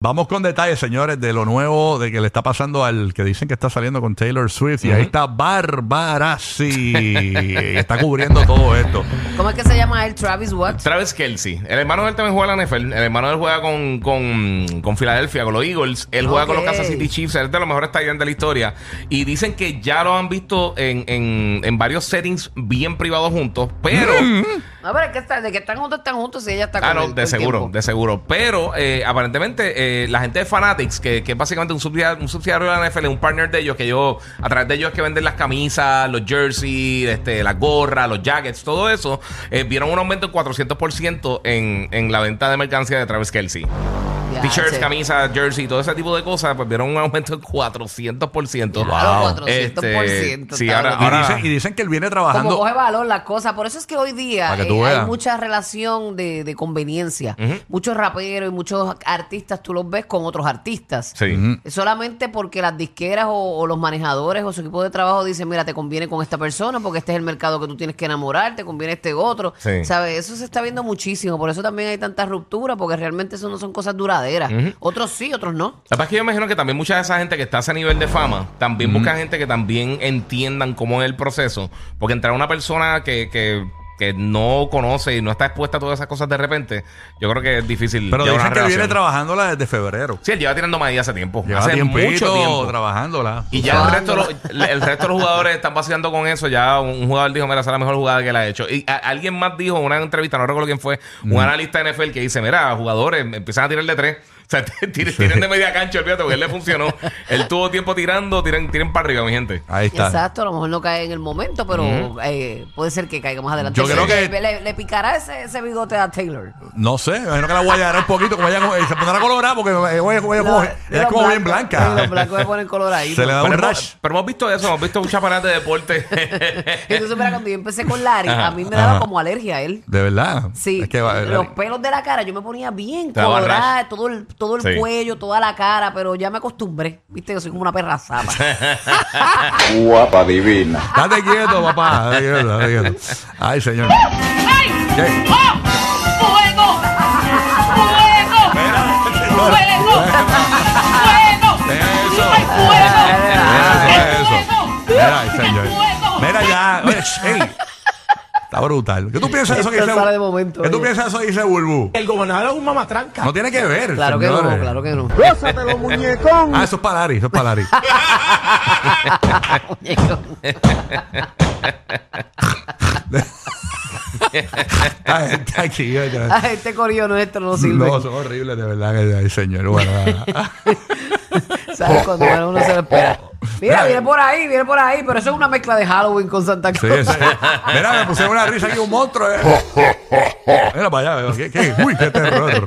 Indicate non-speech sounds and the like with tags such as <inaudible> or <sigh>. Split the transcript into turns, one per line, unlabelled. Vamos con detalles, señores, de lo nuevo de que le está pasando al que dicen que está saliendo con Taylor Swift. Y ahí está Barbarassi. está cubriendo todo esto.
¿Cómo es que se llama él? Travis Watts.
Travis Kelsey. El hermano de él también juega en la NFL. El hermano de él juega con, con, con Filadelfia, con los Eagles. Él juega con
Ok.
los Kansas City Chiefs. Él es de los mejores tight de la historia. Y dicen que ya lo han visto en, en, en varios settings bien privados juntos. Pero...
No, pero es que está- de que están juntos, están juntos y ella está con
Ah, no,
él todo
de
el
seguro,
tiempo.
de seguro. Pero eh, aparentemente eh, la gente de Fanatics, que, que es básicamente un subsidiario, un subsidiario de la NFL, un partner de ellos, que yo, a través de ellos es que venden las camisas, los jerseys, este, las gorras, los jackets, todo eso, eh, vieron un aumento en 400% en, en la venta de mercancía de Travis Kelsey.
Ya,
T-shirts,
ese-
camisas, jersey, todo ese tipo de cosas, pues vieron un aumento en 400%.
Claro, 400%,
Este, sí,
está
ahora,
Y
ahora-
dicen, y dicen que él viene
Como
trabajando.
coge valor la cosa. Por eso es que hoy día
Para que tú
eh, hay
veas.
mucha relación de, de conveniencia. Muchos raperos y muchos artistas tú los ves con otros artistas.
Sí.
Solamente porque las disqueras o, o los manejadores o su equipo de trabajo dicen, mira, te conviene con esta persona porque este es el mercado que tú tienes que enamorar, te conviene este otro.
Sí.
¿Sabes? Eso se está viendo muchísimo. Por eso también hay tantas rupturas porque realmente eso no son cosas duraderas. Otros sí, otros no.
La verdad es que yo imagino que también mucha de esa gente que está a ese nivel de fama, también busca gente que también entiendan cómo es el proceso. Porque entrar una persona que, que, que no conoce y no está expuesta a todas esas cosas de repente, yo creo que es difícil.
Pero
llevar
dicen
una
que él viene
relación.
trabajándola desde febrero.
Sí, él lleva tirando maíz hace tiempo.
Lleva
hace
tiempito
mucho tiempo.
trabajándola.
Y ya el resto, de los- el resto de los jugadores están vacilando con eso. Ya un jugador dijo, mira, esa es la mejor jugada que él ha hecho. Y a- alguien más dijo en una entrevista, no recuerdo quién fue, un analista de NFL que dice, mira, jugadores empiezan a tirar de tres. O sea, <laughs> tiren, tiren de media cancha, olvídate, porque él le funcionó. él tuvo tiempo tirando, tiren, tiren para arriba, mi gente.
Ahí está.
Exacto, a lo mejor no cae en el momento, pero eh, puede ser que caiga más adelante.
Yo creo
Le-
que-
le, le picará ese, ese bigote a Taylor.
No sé, me imagino que la guayará un poquito, como ella eh, se pondrá colorada porque eh, oye, oye, como-
La-
ella
los
es como bien
blancos-
blanca.
Los blancos se ponen coloraditos.
Se le da un
Pero
rash.
hemos, pero hemos visto eso, hemos visto muchas paradas de deporte.
Y tú supieras, cuando yo empecé con Larry, a mí me daba
ajá.
como alergia a él.
<laughs> De verdad.
Sí,
Es que va-
los pelos de la cara yo me ponía bien
Te daba
colorada, todo el, todo el
Sí.
cuello, toda la cara, pero ya me acostumbré. Viste, yo soy como una
<laughs>
perra zapa.
Guapa divina.
Date quieto, papá. Date quieto, date quieto. Ay,
<laughs>
señor. ¿Qué?
¡Fuego! ¡Fuego! ¡Fuego! ¡Fuego!
Eso.
¡Ay,
Eso,
fuego!
eso. Mira, ay, señor. Mira ya. Oye, ey. Está brutal. ¿Qué tú piensas de eso que
Esto
dice
sale de momento,
¿Qué tú
oye.
piensas de eso que dice Bulbú?
El gobernador es un mamatranca.
No tiene que ver.
Claro que no,
señores.
claro que no. <laughs>
Rózatelo, muñecón.
Ah, eso es para Larry, eso es para Larry. Ay, está aquí.
<laughs>
oye.
Ay, este corillo nuestro no sirve.
No, son horribles, de verdad. que- Ay, señor. Bueno,
<laughs>
ah.
¿Sabes? Cuando uno se lo espera. Mira,
Mira,
viene por ahí, viene por ahí, pero eso es una mezcla de Halloween con Santa
Sí,
Claus.
sí.
<laughs>
Mira, me pusieron una risa aquí, un monstruo. eh. Mira para allá. ¿Qué? qué? Uy, qué terror.